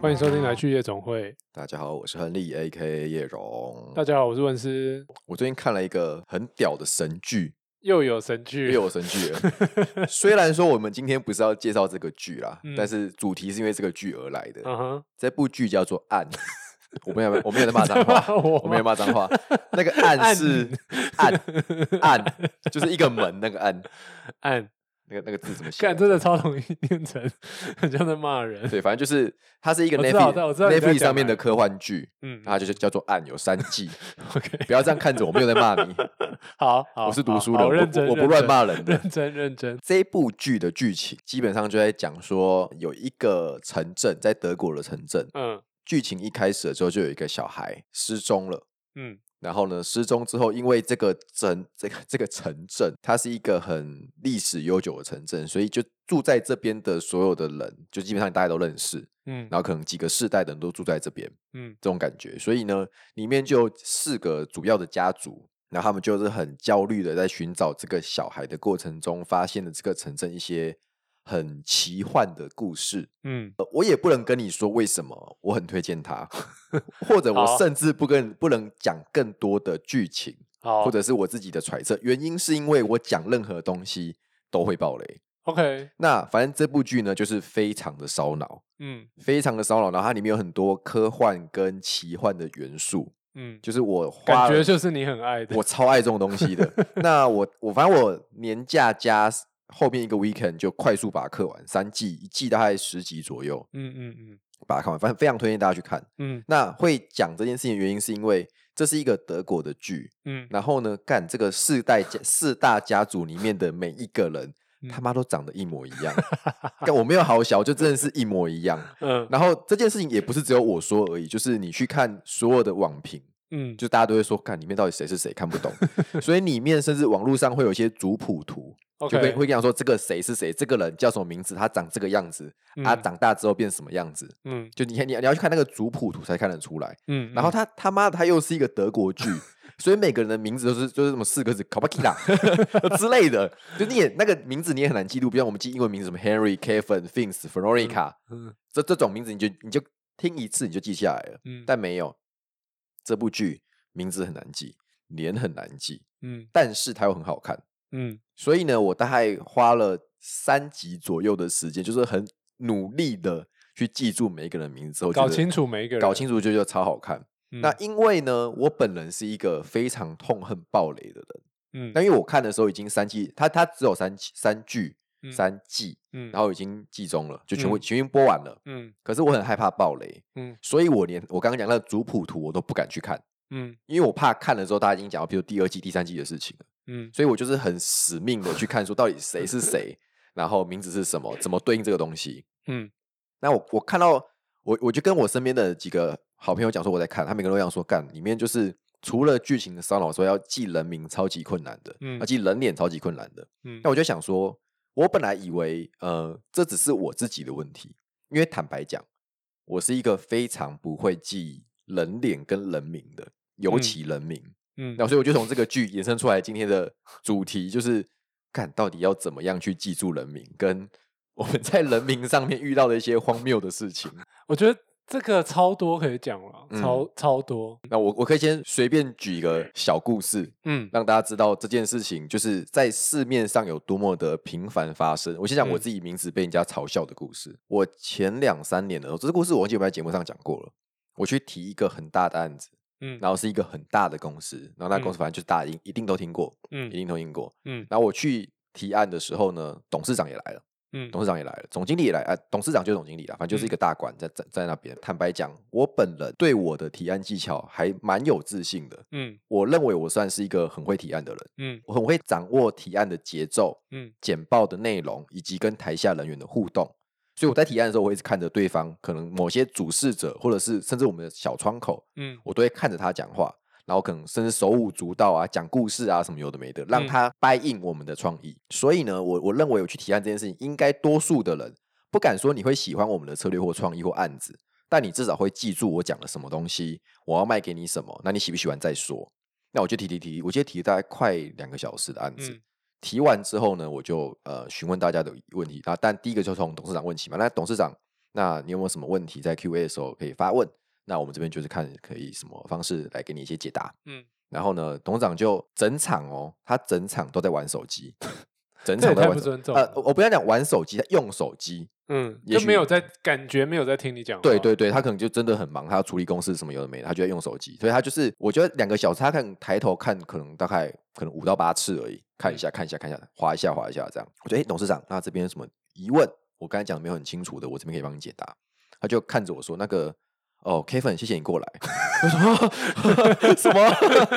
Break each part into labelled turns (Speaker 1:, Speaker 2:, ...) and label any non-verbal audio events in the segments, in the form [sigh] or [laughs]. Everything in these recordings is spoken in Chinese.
Speaker 1: 欢迎收听来去夜总会。
Speaker 2: 大家好，我是亨利 A.K. 叶荣。
Speaker 1: 大家好，我是文思，
Speaker 2: 我最近看了一个很屌的
Speaker 1: [laughs]
Speaker 2: 神剧，
Speaker 1: 又有神剧，
Speaker 2: 又有神剧了。虽然说我们今天不是要介绍这个剧啦，
Speaker 1: 嗯
Speaker 2: 但是主题是因为这个剧而来的。
Speaker 1: 嗯哼，
Speaker 2: 这部剧叫做《暗》，我没有，我没有在骂脏
Speaker 1: [laughs]
Speaker 2: 话，
Speaker 1: 我
Speaker 2: 我没有骂脏话。那个“暗”
Speaker 1: 暗
Speaker 2: 是暗暗，就是一个门那个暗，
Speaker 1: 按，
Speaker 2: 那个那个字怎么写啊？
Speaker 1: 看真的超容易念成， [laughs] 很像在骂人。
Speaker 2: 对，反正就是它是一个
Speaker 1: 我知道我知道我知道
Speaker 2: Netflix
Speaker 1: 你在
Speaker 2: Netflix
Speaker 1: 讲啊
Speaker 2: 上面
Speaker 1: 哪一
Speaker 2: 的科幻剧，
Speaker 1: 嗯
Speaker 2: 它就是叫做《暗》，有三季。
Speaker 1: ，OK，
Speaker 2: 不要这样看着我，没有在骂
Speaker 1: [laughs]
Speaker 2: 你。
Speaker 1: 好，好
Speaker 2: 我是读
Speaker 1: 好
Speaker 2: 书
Speaker 1: 好
Speaker 2: 人，我
Speaker 1: 认
Speaker 2: 不
Speaker 1: 真，
Speaker 2: 我不
Speaker 1: 认
Speaker 2: 乱
Speaker 1: 真
Speaker 2: 骂人的。
Speaker 1: 认真认真。
Speaker 2: [laughs] 这部剧的剧情基本上就在讲说，有一个城镇在德国的城镇，
Speaker 1: 嗯
Speaker 2: 剧情一开始的时候就有一个小孩失踪了。
Speaker 1: 嗯
Speaker 2: 然后呢，失踪之后，因为这个城， [laughs] 这个这个城镇，它是一个很历史悠久的城镇，所以就住在这边的所有的人，就基本上大家都认识。
Speaker 1: 嗯
Speaker 2: 然后可能几个世代的人都住在这边，
Speaker 1: 嗯
Speaker 2: 这种感觉。所以呢，里面就有四个主要的家族，然后他们就是很焦虑的在寻找这个小孩的过程中，发现了这个城镇一些很奇幻的故事。
Speaker 1: 嗯，
Speaker 2: 呃我也不能跟你说为什么，我很推荐它， [laughs] 或者
Speaker 1: 好
Speaker 2: 我甚至不跟不能讲更多的剧情，
Speaker 1: 好，
Speaker 2: 或者是我自己的揣测。原因是因为我讲任何东西都会爆雷。
Speaker 1: OK，
Speaker 2: 那反正这部剧呢，就是非常的烧脑。
Speaker 1: 嗯
Speaker 2: 非常的骚扰，然后它里面有很多科幻跟奇幻的元素，
Speaker 1: 嗯，
Speaker 2: 就是我花
Speaker 1: 感觉
Speaker 2: 了
Speaker 1: 就是你很爱的
Speaker 2: 我。超爱这种东
Speaker 1: [laughs]
Speaker 2: 西的。那我我反正我年假加后面一个 weekend 就快速把它看完，三季一季大概十集左右
Speaker 1: 嗯嗯嗯
Speaker 2: 把它看完，反正非常推荐大家去看。
Speaker 1: 嗯
Speaker 2: 那会讲这件事情的原因是因为这是一个德国的剧，
Speaker 1: 嗯，
Speaker 2: 然后呢，干这个四代家四大家族里面的每一个人。他
Speaker 1: 嗯
Speaker 2: 妈都长得一模一
Speaker 1: [laughs]
Speaker 2: 样，干我没有好小，就真的是一模一样。
Speaker 1: 嗯
Speaker 2: 然后这件事情也不是只有我说而已，就是你去看所有的网评，
Speaker 1: 嗯
Speaker 2: 就大家都会说，看里面到底谁是谁，看不懂。所以里面甚至网络上会有一些族谱图，就会
Speaker 1: ，OK，
Speaker 2: 会跟你讲说这个谁是谁，这个人叫什么名字，他长这个样子，他
Speaker 1: 嗯
Speaker 2: 长大之后变什么样子。
Speaker 1: 嗯
Speaker 2: 就你看，你你要去看那个族谱图才看得出来。
Speaker 1: 嗯，
Speaker 2: 然
Speaker 1: 嗯
Speaker 2: 后他他妈的他又是一个德国剧，所以每个人的名字都是就是什么四个字 k a b a k i l a 之类的，就你也那个名字你也很难记录，比如我们记英文名字什么 Henry、Kevin、Fins、Veronica，、
Speaker 1: 嗯
Speaker 2: 这这种名字你就你就听一次你就记下来了，
Speaker 1: 嗯，
Speaker 2: 但没有这部剧名字很难记，脸很难记，
Speaker 1: 嗯
Speaker 2: 但是它又很好看，
Speaker 1: 嗯
Speaker 2: 所以呢，我大概花了三集左右的时间，就是很努力的去记住每一个人的名字之后，
Speaker 1: 搞
Speaker 2: 觉得
Speaker 1: 清楚每一个人，
Speaker 2: 搞清楚就就超好看。
Speaker 1: 嗯
Speaker 2: 那因为呢，我本人是一个非常痛恨暴雷的人，
Speaker 1: 嗯
Speaker 2: 那因为我看的时候已经三季，它它只有三季三剧
Speaker 1: 嗯
Speaker 2: 三季，
Speaker 1: 嗯，
Speaker 2: 然后已经季中了，就全部
Speaker 1: 嗯
Speaker 2: 全部播完了。
Speaker 1: 嗯
Speaker 2: 可是我很害怕暴雷，
Speaker 1: 嗯
Speaker 2: 所以我连我刚刚讲那个族谱图我都不敢去看，
Speaker 1: 嗯
Speaker 2: 因为我怕看了之后大家已经讲到，比如第二季、第三季的事情了，
Speaker 1: 嗯
Speaker 2: 所以我就是很死命的去看，说到底谁是谁，然后名字是什么，怎么对应这个东西。
Speaker 1: 嗯
Speaker 2: 那我我看到我我就跟我身边的几个好朋友讲说我在看，他每个人都讲说干里面就是除了剧情的骚扰之外，要记人名超级困难的，
Speaker 1: 嗯
Speaker 2: 要记人脸超级困难的。
Speaker 1: 嗯
Speaker 2: 那我就想说，我本来以为呃这只是我自己的问题，因为坦白讲，我是一个非常不会记人脸跟人名的，尤
Speaker 1: 嗯
Speaker 2: 其人名。
Speaker 1: 嗯
Speaker 2: 那所以我就从这个剧延伸出来今天的主题，就是看到底要怎么样去记住人名，跟我们在人名上面遇到的一些荒谬的事情。
Speaker 1: 我觉得这个超多可以讲了，
Speaker 2: 嗯
Speaker 1: 超超多。
Speaker 2: 那我我可以先随便举一个小故事，
Speaker 1: 嗯
Speaker 2: 让大家知道这件事情就是在市面上有多么的频繁发生。我先讲我
Speaker 1: 嗯
Speaker 2: 自己名字被人家嘲笑的故事。我前两三年的时候，这个故事我忘记有没有在节目上讲过了。我去提一个很大的案子，
Speaker 1: 嗯
Speaker 2: 然后是一个很大的公司，然后那公司反正就是大家一定一定都听过，一
Speaker 1: 嗯
Speaker 2: 定都听过。
Speaker 1: 嗯
Speaker 2: 然后我去提案的时候呢，董事长也来了，
Speaker 1: 嗯
Speaker 2: 董事长也来了，总经理也来，啊，董事长就是总经理了，反正就是一个大官在在在那边。坦白讲，我本人对我的提案技巧还蛮有自信的，
Speaker 1: 嗯
Speaker 2: 我认为我算是一个很会提案的人，
Speaker 1: 嗯
Speaker 2: 我很会掌握提案的节奏、
Speaker 1: 嗯
Speaker 2: 简报的内容以及跟台下人员的互动。所以我在提案的时候，我会一直看着对方，可能某些主事者，或者是甚至我们的小窗口，
Speaker 1: 嗯
Speaker 2: 我都会看着他讲话，然后可能甚至手舞足蹈啊，讲故事啊什么有的没的，
Speaker 1: 嗯
Speaker 2: 让他掰应我们的创意。所以呢，我我认为我去提案这件事情，应该多数的人不敢说你会喜欢我们的策略或创意或案子，但你至少会记住我讲了什么东西，我要卖给你什么，那你喜不喜欢再说。那我就提提提，我今天提了大概快两个小时的案子，
Speaker 1: 嗯
Speaker 2: 提完之后呢，我就呃询问大家的问题，然后但第一个就从董事长问起嘛。那董事长那你有没有什么问题在 Q&A 的时候可以发问？那我们这边就是看可以什么方式来给你一些解答。
Speaker 1: 嗯，
Speaker 2: 然后呢，董事长就整场哦，他整场都在玩
Speaker 1: [laughs]
Speaker 2: 手机，整
Speaker 1: 这
Speaker 2: 场
Speaker 1: 也
Speaker 2: 都在
Speaker 1: 太
Speaker 2: 玩
Speaker 1: 不
Speaker 2: 手
Speaker 1: 尊重
Speaker 2: 呃，
Speaker 1: 了。
Speaker 2: 我不要讲玩手机，他用手机。
Speaker 1: 嗯，
Speaker 2: 也
Speaker 1: 就
Speaker 2: 许
Speaker 1: 没有在感觉没有在听你讲话。
Speaker 2: 对对对，他可能就真的很忙，他要处理公司什么有的没的，他就在用手机，所以他就是我觉得两个小时，他可能抬头看，可能大概可能五到八次而已，看一下看一下看一下，划一下划一下这样。我觉得哎，诶董事长，那这边有什么疑问？我刚才讲的没有很清楚的，我这边可以帮你解答。他就看着我说那个。哦，Kevin，谢谢你过来。 [laughs] 我说 [laughs] 什么？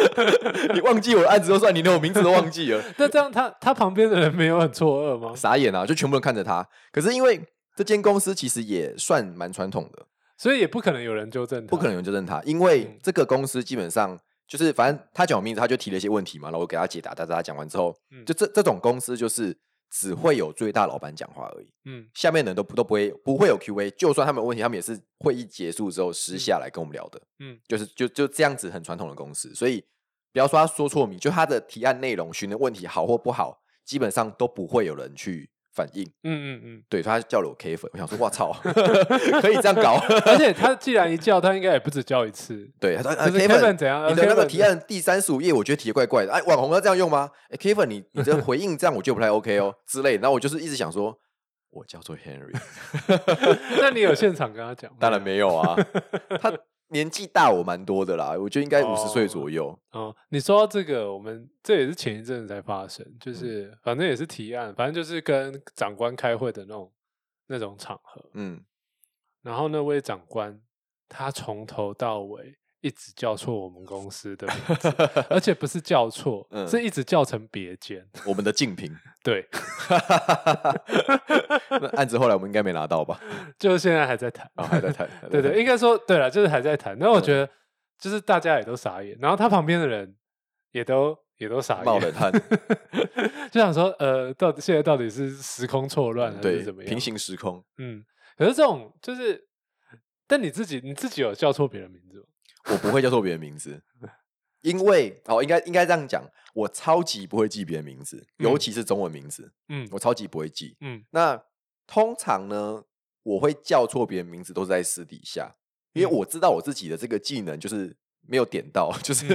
Speaker 2: [laughs] 你忘记我的案子就算，你连我名字都忘记了。
Speaker 1: 那这样他他旁边的人没有很错愕吗？
Speaker 2: 傻眼啊！就全部人看着他。可是因为这间公司其实也算蛮传统的，
Speaker 1: 所以也不可能有人纠正他，
Speaker 2: 不可能有人纠正他，因为这个公司基本上就是，反正他讲我名字，他就提了一些问题嘛，然后我给他解答，但是他讲完之后，
Speaker 1: 嗯
Speaker 2: 就这这种公司就是只会有最大老板讲话而已，
Speaker 1: 嗯
Speaker 2: 下面的人都不都不会不会有 Q&A，就算他们有问题，他们也是会议结束之后私下来跟我们聊的，
Speaker 1: 嗯，
Speaker 2: 就是就就这样子很传统的公司，所以不要说他说错名，就他的提案内容、询问问题好或不好，基本上都不会有人去反应。
Speaker 1: 嗯嗯嗯。
Speaker 2: 对，他叫了我 K 粉，我想说，哇操， [laughs] 可以这
Speaker 1: [laughs]
Speaker 2: 样搞？
Speaker 1: 而且他既然一叫，他应该也不止叫一次。
Speaker 2: 对，他说、 [laughs] 呃、
Speaker 1: 就是
Speaker 2: K
Speaker 1: Kevin
Speaker 2: 粉，
Speaker 1: 怎样？呃
Speaker 2: 你的那个
Speaker 1: Kevin-
Speaker 2: 提案第三十五页，我觉得提的怪怪的。哎，网红要这样用吗？哎，K 粉，你你的
Speaker 1: [laughs]
Speaker 2: 回应这样，我觉得不太 OK 哦之类的。然后我就是一直想说，我叫做 Henry，
Speaker 1: 那你有现场跟他讲？
Speaker 2: 当然。没
Speaker 1: [laughs]
Speaker 2: 有啊，他年纪大我蛮多的啦，我觉得应该五十岁左右。
Speaker 1: 哦，你说到这个，我们这也是前一阵子才发生，
Speaker 2: 嗯
Speaker 1: 就是、反正也是提案，反正就是跟长官开会的那种那种场合。
Speaker 2: 嗯，
Speaker 1: 然后那位长官他从头到尾一直叫错我们公司的名字，而且不是叫错，
Speaker 2: [laughs] 嗯
Speaker 1: 是一直叫成别间。
Speaker 2: 我们的竞品，
Speaker 1: 对， [laughs]
Speaker 2: 那案子后来我们应该没拿到吧？
Speaker 1: 就是现在还在谈。
Speaker 2: 啊、还在谈，嗯还在
Speaker 1: 对
Speaker 2: 谈
Speaker 1: 对，，应该说对了，就是还在谈。但我觉得就是大家也都傻眼，然后他旁边的人也都也都傻
Speaker 2: 冒冷
Speaker 1: 眼， [laughs]
Speaker 2: 汗，
Speaker 1: 就想说呃，到底现在到底是时空错乱还
Speaker 2: 对
Speaker 1: 是怎么，样？
Speaker 2: 平行时空。
Speaker 1: 嗯，可是这种就是，但你自己你自己有叫错别人名字吗？
Speaker 2: 我不会叫错别人名字，因为哦，应该应该这样讲，我超级不会记别人名字，尤
Speaker 1: 嗯
Speaker 2: 其是中文名字，
Speaker 1: 嗯
Speaker 2: 我超级不会记。
Speaker 1: 嗯
Speaker 2: 那通常呢，我会叫错别人名字都是在私底下，因为
Speaker 1: 嗯
Speaker 2: 我知道我自己的这个技能就是没有点到，就是、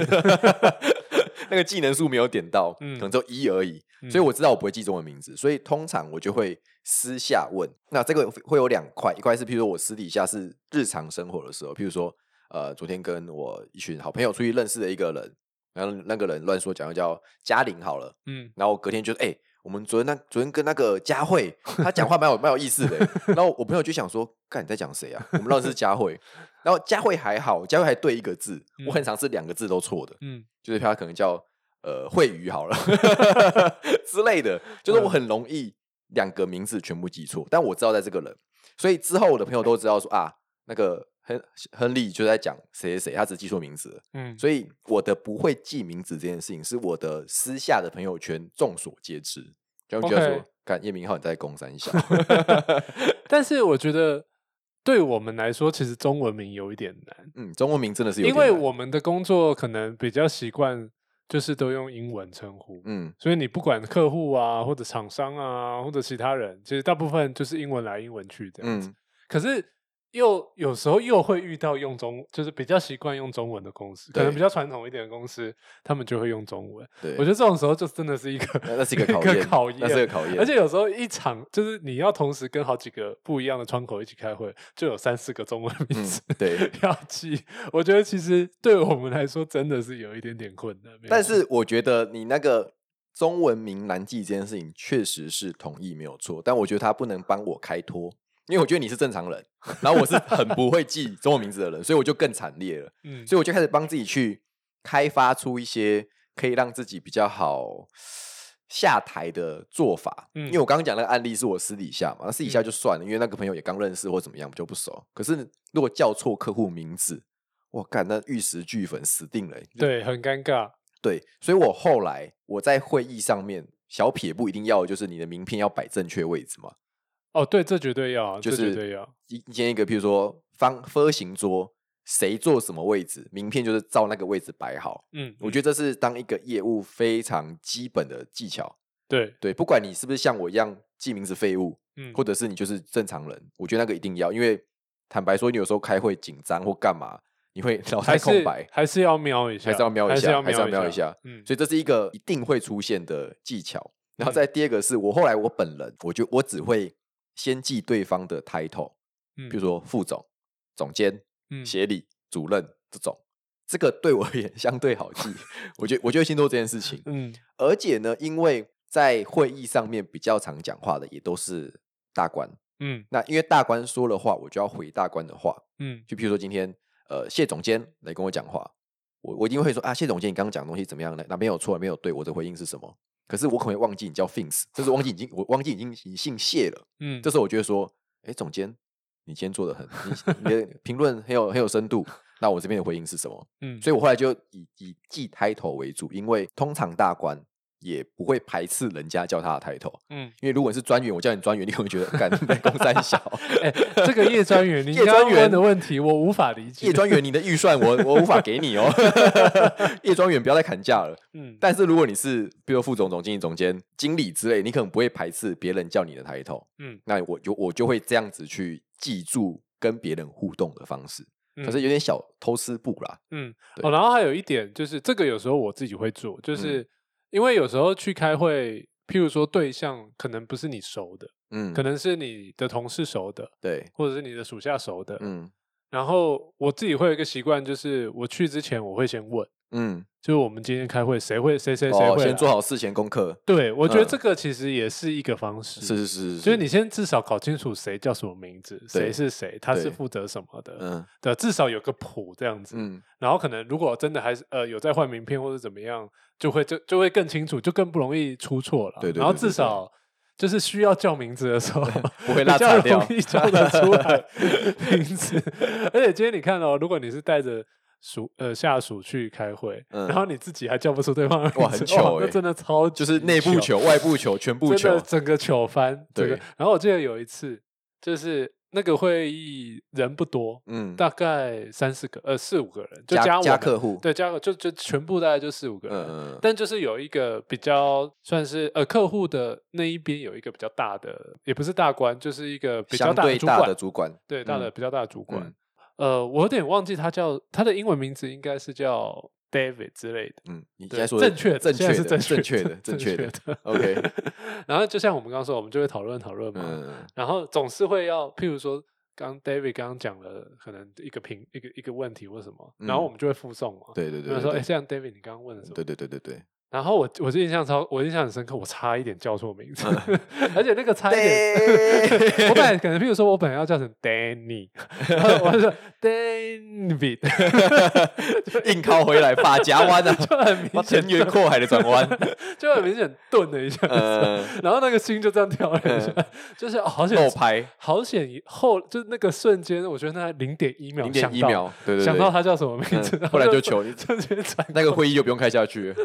Speaker 2: [laughs] 那个技能数没有点到，可能
Speaker 1: 嗯
Speaker 2: 只有一而已。所以我知道我不会记中文名字，所以通常我就会私下问。那这个会有两块，一块是譬如说我私底下是日常生活的时候，譬如说呃，昨天跟我一群好朋友出去认识的一个人，然后那个人乱说，讲就叫嘉玲好了，
Speaker 1: 嗯
Speaker 2: 然后隔天就哎、我们昨天那昨天跟那个佳慧，她讲话蛮有蛮有意思的欸、然后我朋友就想说，看你在讲谁啊？我们认识佳慧，然后佳慧还好，佳慧还对一个字，我很常是两个字都错的。
Speaker 1: 嗯
Speaker 2: 就是他可能叫呃惠鱼好了 [laughs] 之类的，就是
Speaker 1: 嗯
Speaker 2: 我很容易两个名字全部记错，但我知道在这个人，所以之后我的朋友都知道说啊，那个亨亨利就在讲谁谁谁，他只记错名字了，
Speaker 1: 嗯，
Speaker 2: 所以我的不会记名字这件事情是我的私下的朋友圈众所皆知，就觉得
Speaker 1: OK
Speaker 2: 说，看叶明浩你在攻
Speaker 1: [laughs]
Speaker 2: 三小，
Speaker 1: [laughs] 但是我觉得对我们来说，其实中文名有一点难，
Speaker 2: 嗯，中文名真的是有
Speaker 1: 因
Speaker 2: 点
Speaker 1: 为
Speaker 2: 难
Speaker 1: 我们的工作可能比较习惯就是都用英文称呼。
Speaker 2: 嗯
Speaker 1: 所以你不管客户啊，或者厂商啊，或者其他人，其实大部分就是英文来英文去这样子。
Speaker 2: 嗯
Speaker 1: 可是又有时候又会遇到用中，就是比较习惯用中文的公司，可能
Speaker 2: 对
Speaker 1: 比较传统一点的公司，他们就会用中文。
Speaker 2: 对，
Speaker 1: 我觉得这种时候就真的是一个
Speaker 2: [laughs] 那那是一个考
Speaker 1: 个
Speaker 2: 验，
Speaker 1: 考
Speaker 2: 那是个考验，
Speaker 1: 而且有时候一场就是你要同时跟好几个不一样的窗口一起开会，就有三四个中文名
Speaker 2: 嗯
Speaker 1: 字、 [laughs]
Speaker 2: 对。
Speaker 1: 要记。我觉得其实对我们来说真的是有一点点困难。没有
Speaker 2: 但
Speaker 1: 错
Speaker 2: 是我觉得你那个中文名难记这件事情确实是同意没有错，但我觉得他不能帮我开脱，因为我觉得你是正常人，然后我是很不会记中文名字的人，所以我就更惨烈了，
Speaker 1: 嗯，
Speaker 2: 所以我就开始帮自己去开发出一些可以让自己比较好。下台的做法，因为
Speaker 1: 嗯
Speaker 2: 我刚刚讲那个案例是我私底下嘛，那私底下就算了，因为那个朋友也刚认识或怎么样，我就不熟。可是如果叫错客户名字，我干那玉石俱焚，死定了欸、
Speaker 1: 对，很尴尬。
Speaker 2: 对，所以我后来我在会议上面小撇步一定要的就是你的名片要摆正确位置嘛，
Speaker 1: 哦，对，这绝对要，
Speaker 2: 就
Speaker 1: 这
Speaker 2: 是
Speaker 1: 绝对要。
Speaker 2: 一今天一个譬如说方方形桌，谁坐什么位置，名片就是照那个位置摆好。
Speaker 1: 嗯，
Speaker 2: 我觉得这是当一个业务非常基本的技巧。
Speaker 1: 对，
Speaker 2: 对，不管你是不是像我一样记名字废物，
Speaker 1: 嗯
Speaker 2: 或者是你就是正常人，我觉得那个一定要，因为坦白说，你有时候开会紧张或干嘛，你会 [laughs] 脑
Speaker 1: 还
Speaker 2: 袋空
Speaker 1: 是
Speaker 2: 白，
Speaker 1: 还是要瞄一下，
Speaker 2: 还是要瞄一
Speaker 1: 还是
Speaker 2: 下
Speaker 1: 要
Speaker 2: 还是要瞄一下
Speaker 1: 嗯，
Speaker 2: 所以这是一个一定会出现的技巧。然后再
Speaker 1: 嗯
Speaker 2: 第二个是我后来我本人，我就我只会先记对方的 title，
Speaker 1: 嗯
Speaker 2: 比如说副总、总监、
Speaker 1: 嗯
Speaker 2: 协理、主任这种，这个对我而言相对好记，我觉我就会先做这件事情。
Speaker 1: 嗯
Speaker 2: 而且呢，因为在会议上面比较常讲话的也都是大官，
Speaker 1: 嗯
Speaker 2: 那因为大官说了话，我就要回大官的话。
Speaker 1: 嗯
Speaker 2: 就譬如说今天呃谢总监来跟我讲话，我我一定会说啊谢总监你刚刚讲的东西怎么样呢？哪边有错哪边有对？我的回应是什么？可是我可能会忘记你叫 Fins，就是忘记已经我忘记已经你姓谢了。
Speaker 1: 嗯，
Speaker 2: 这时候我就会说，哎总监，你今天做的很，你你的评论很有很有深度。那我这边的回应是什么？
Speaker 1: 嗯
Speaker 2: 所以我后来就以以记 title 为主，因为通常大官也不会排斥人家叫他的 title，
Speaker 1: 嗯，
Speaker 2: 因为如果你是专员，我叫你专员，你可能会觉得干你在公三
Speaker 1: [laughs]
Speaker 2: 小。
Speaker 1: 哎，这个叶专
Speaker 2: [laughs]
Speaker 1: 员，你
Speaker 2: 叶
Speaker 1: 刚
Speaker 2: 专
Speaker 1: 刚问
Speaker 2: 员
Speaker 1: 的问题我无法理解。
Speaker 2: 叶专员，你的预算我我无法给你哦。 [laughs] 叶专员不要再砍价了。
Speaker 1: 嗯，
Speaker 2: 但是如果你是比如副总、总经理、总监、经理之类，你可能不会排斥别人叫你的抬头。
Speaker 1: 嗯，
Speaker 2: 那我就我就会这样子去记住跟别人互动的方式，可是
Speaker 1: 嗯
Speaker 2: 有点小偷师步啦。
Speaker 1: 嗯
Speaker 2: 对嗯
Speaker 1: 哦，然后还有一点就是，这个有时候我自己会做，就是因为有时候去开会，譬如说对象可能不是你熟的，
Speaker 2: 嗯，
Speaker 1: 可能是你的同事熟的，
Speaker 2: 对，
Speaker 1: 或者是你的属下熟的。
Speaker 2: 嗯
Speaker 1: 然后我自己会有一个习惯，就是我去之前我会先问，
Speaker 2: 嗯，
Speaker 1: 就是我们今天开会谁会谁谁谁
Speaker 2: 哦，
Speaker 1: 会
Speaker 2: 先
Speaker 1: 来
Speaker 2: 做好事前功课。
Speaker 1: 对，我觉得
Speaker 2: 嗯
Speaker 1: 这个其实也是一个方式，
Speaker 2: 是是是，
Speaker 1: 就是你先至少搞清楚谁叫什么名字，谁
Speaker 2: 对
Speaker 1: 是谁，他是
Speaker 2: 对
Speaker 1: 负责什么的，
Speaker 2: 嗯
Speaker 1: 对，至少有个谱这样子。 [laughs]
Speaker 2: 嗯
Speaker 1: 然后可能如果真的还是呃有在换名片或者怎么样，就会就就会更清楚，就更不容易出错了。
Speaker 2: 对对
Speaker 1: 然后
Speaker 2: 对
Speaker 1: 至
Speaker 2: 对对
Speaker 1: 少就是需要叫名字的时候 [laughs]
Speaker 2: 不
Speaker 1: 比
Speaker 2: 会落
Speaker 1: 较
Speaker 2: 差掉
Speaker 1: 容易叫得出
Speaker 2: [laughs]
Speaker 1: 来名字。而且今天你看哦，如果你是带着。属呃下属去开会，
Speaker 2: 嗯
Speaker 1: 然后你自己还叫不出对方的名字，
Speaker 2: 哇很糗
Speaker 1: 那
Speaker 2: 欸
Speaker 1: 真的超
Speaker 2: 就是内部
Speaker 1: 糗
Speaker 2: 球、外部球、全部
Speaker 1: 真
Speaker 2: 球
Speaker 1: 的。整个糗翻。整个
Speaker 2: 对
Speaker 1: 然后我记得有一次，就是那个会议人不多，
Speaker 2: 嗯，
Speaker 1: 大概三四个，呃，四五个人，就加我
Speaker 2: 加
Speaker 1: 们
Speaker 2: 客户。
Speaker 1: 对，加就就全部大概就四五个
Speaker 2: 嗯
Speaker 1: 人。
Speaker 2: 嗯嗯
Speaker 1: 但就是有一个比较算是呃客户的那一边有一个比较大的，也不是大官，就是一个比较
Speaker 2: 相
Speaker 1: 大的
Speaker 2: 对
Speaker 1: 主
Speaker 2: 大
Speaker 1: 管，
Speaker 2: 的主管，
Speaker 1: 对大的、
Speaker 2: 嗯
Speaker 1: 比较大的主管。
Speaker 2: 嗯
Speaker 1: 呃，我有点忘记他叫他的英文名字应该是叫 David 之类的，
Speaker 2: 嗯，你现
Speaker 1: 对
Speaker 2: 在说的
Speaker 1: 正确的
Speaker 2: 正
Speaker 1: 现在
Speaker 2: 确
Speaker 1: 是
Speaker 2: 的
Speaker 1: 正
Speaker 2: 正
Speaker 1: 确
Speaker 2: 确的 [laughs] 正确的，
Speaker 1: 的
Speaker 2: OK
Speaker 1: [laughs] 然后就像我们刚刚说，我们就会讨论讨论嘛，
Speaker 2: 嗯
Speaker 1: 然后总是会要，譬如说，刚 David 刚刚讲了可能一个评一个一个问题或什么，然后
Speaker 2: 嗯
Speaker 1: 我们就会附送嘛，
Speaker 2: 对对
Speaker 1: 比如
Speaker 2: 对
Speaker 1: 说，哎、
Speaker 2: 对
Speaker 1: 这样 David 你刚刚问了什么？
Speaker 2: 对对对对对
Speaker 1: 然后我我就印象超，我印象很深刻，我差一点叫错名字， [laughs] 而且那个差一点。
Speaker 2: 嗯对，
Speaker 1: [laughs] 我本来可能，譬如说，我本来要叫成 Danny，然后我就说 David，
Speaker 2: 硬靠回来发夹弯
Speaker 1: [laughs]
Speaker 2: 啊，
Speaker 1: 就很明
Speaker 2: 哇
Speaker 1: 显
Speaker 2: 腾云阔海的转弯，
Speaker 1: [laughs] 就很明显顿了一下，
Speaker 2: [laughs] 呃，
Speaker 1: 然后那个心就这样跳了一下，就是、哦、好险
Speaker 2: 漏，拍
Speaker 1: 好险！后就是那个瞬间，我觉得那零点一秒，
Speaker 2: 零点一秒，对对
Speaker 1: 想到
Speaker 2: 对，
Speaker 1: 他叫什么名字，
Speaker 2: 嗯后来就求你
Speaker 1: 直接转，
Speaker 2: 那个会议就不用开下去了，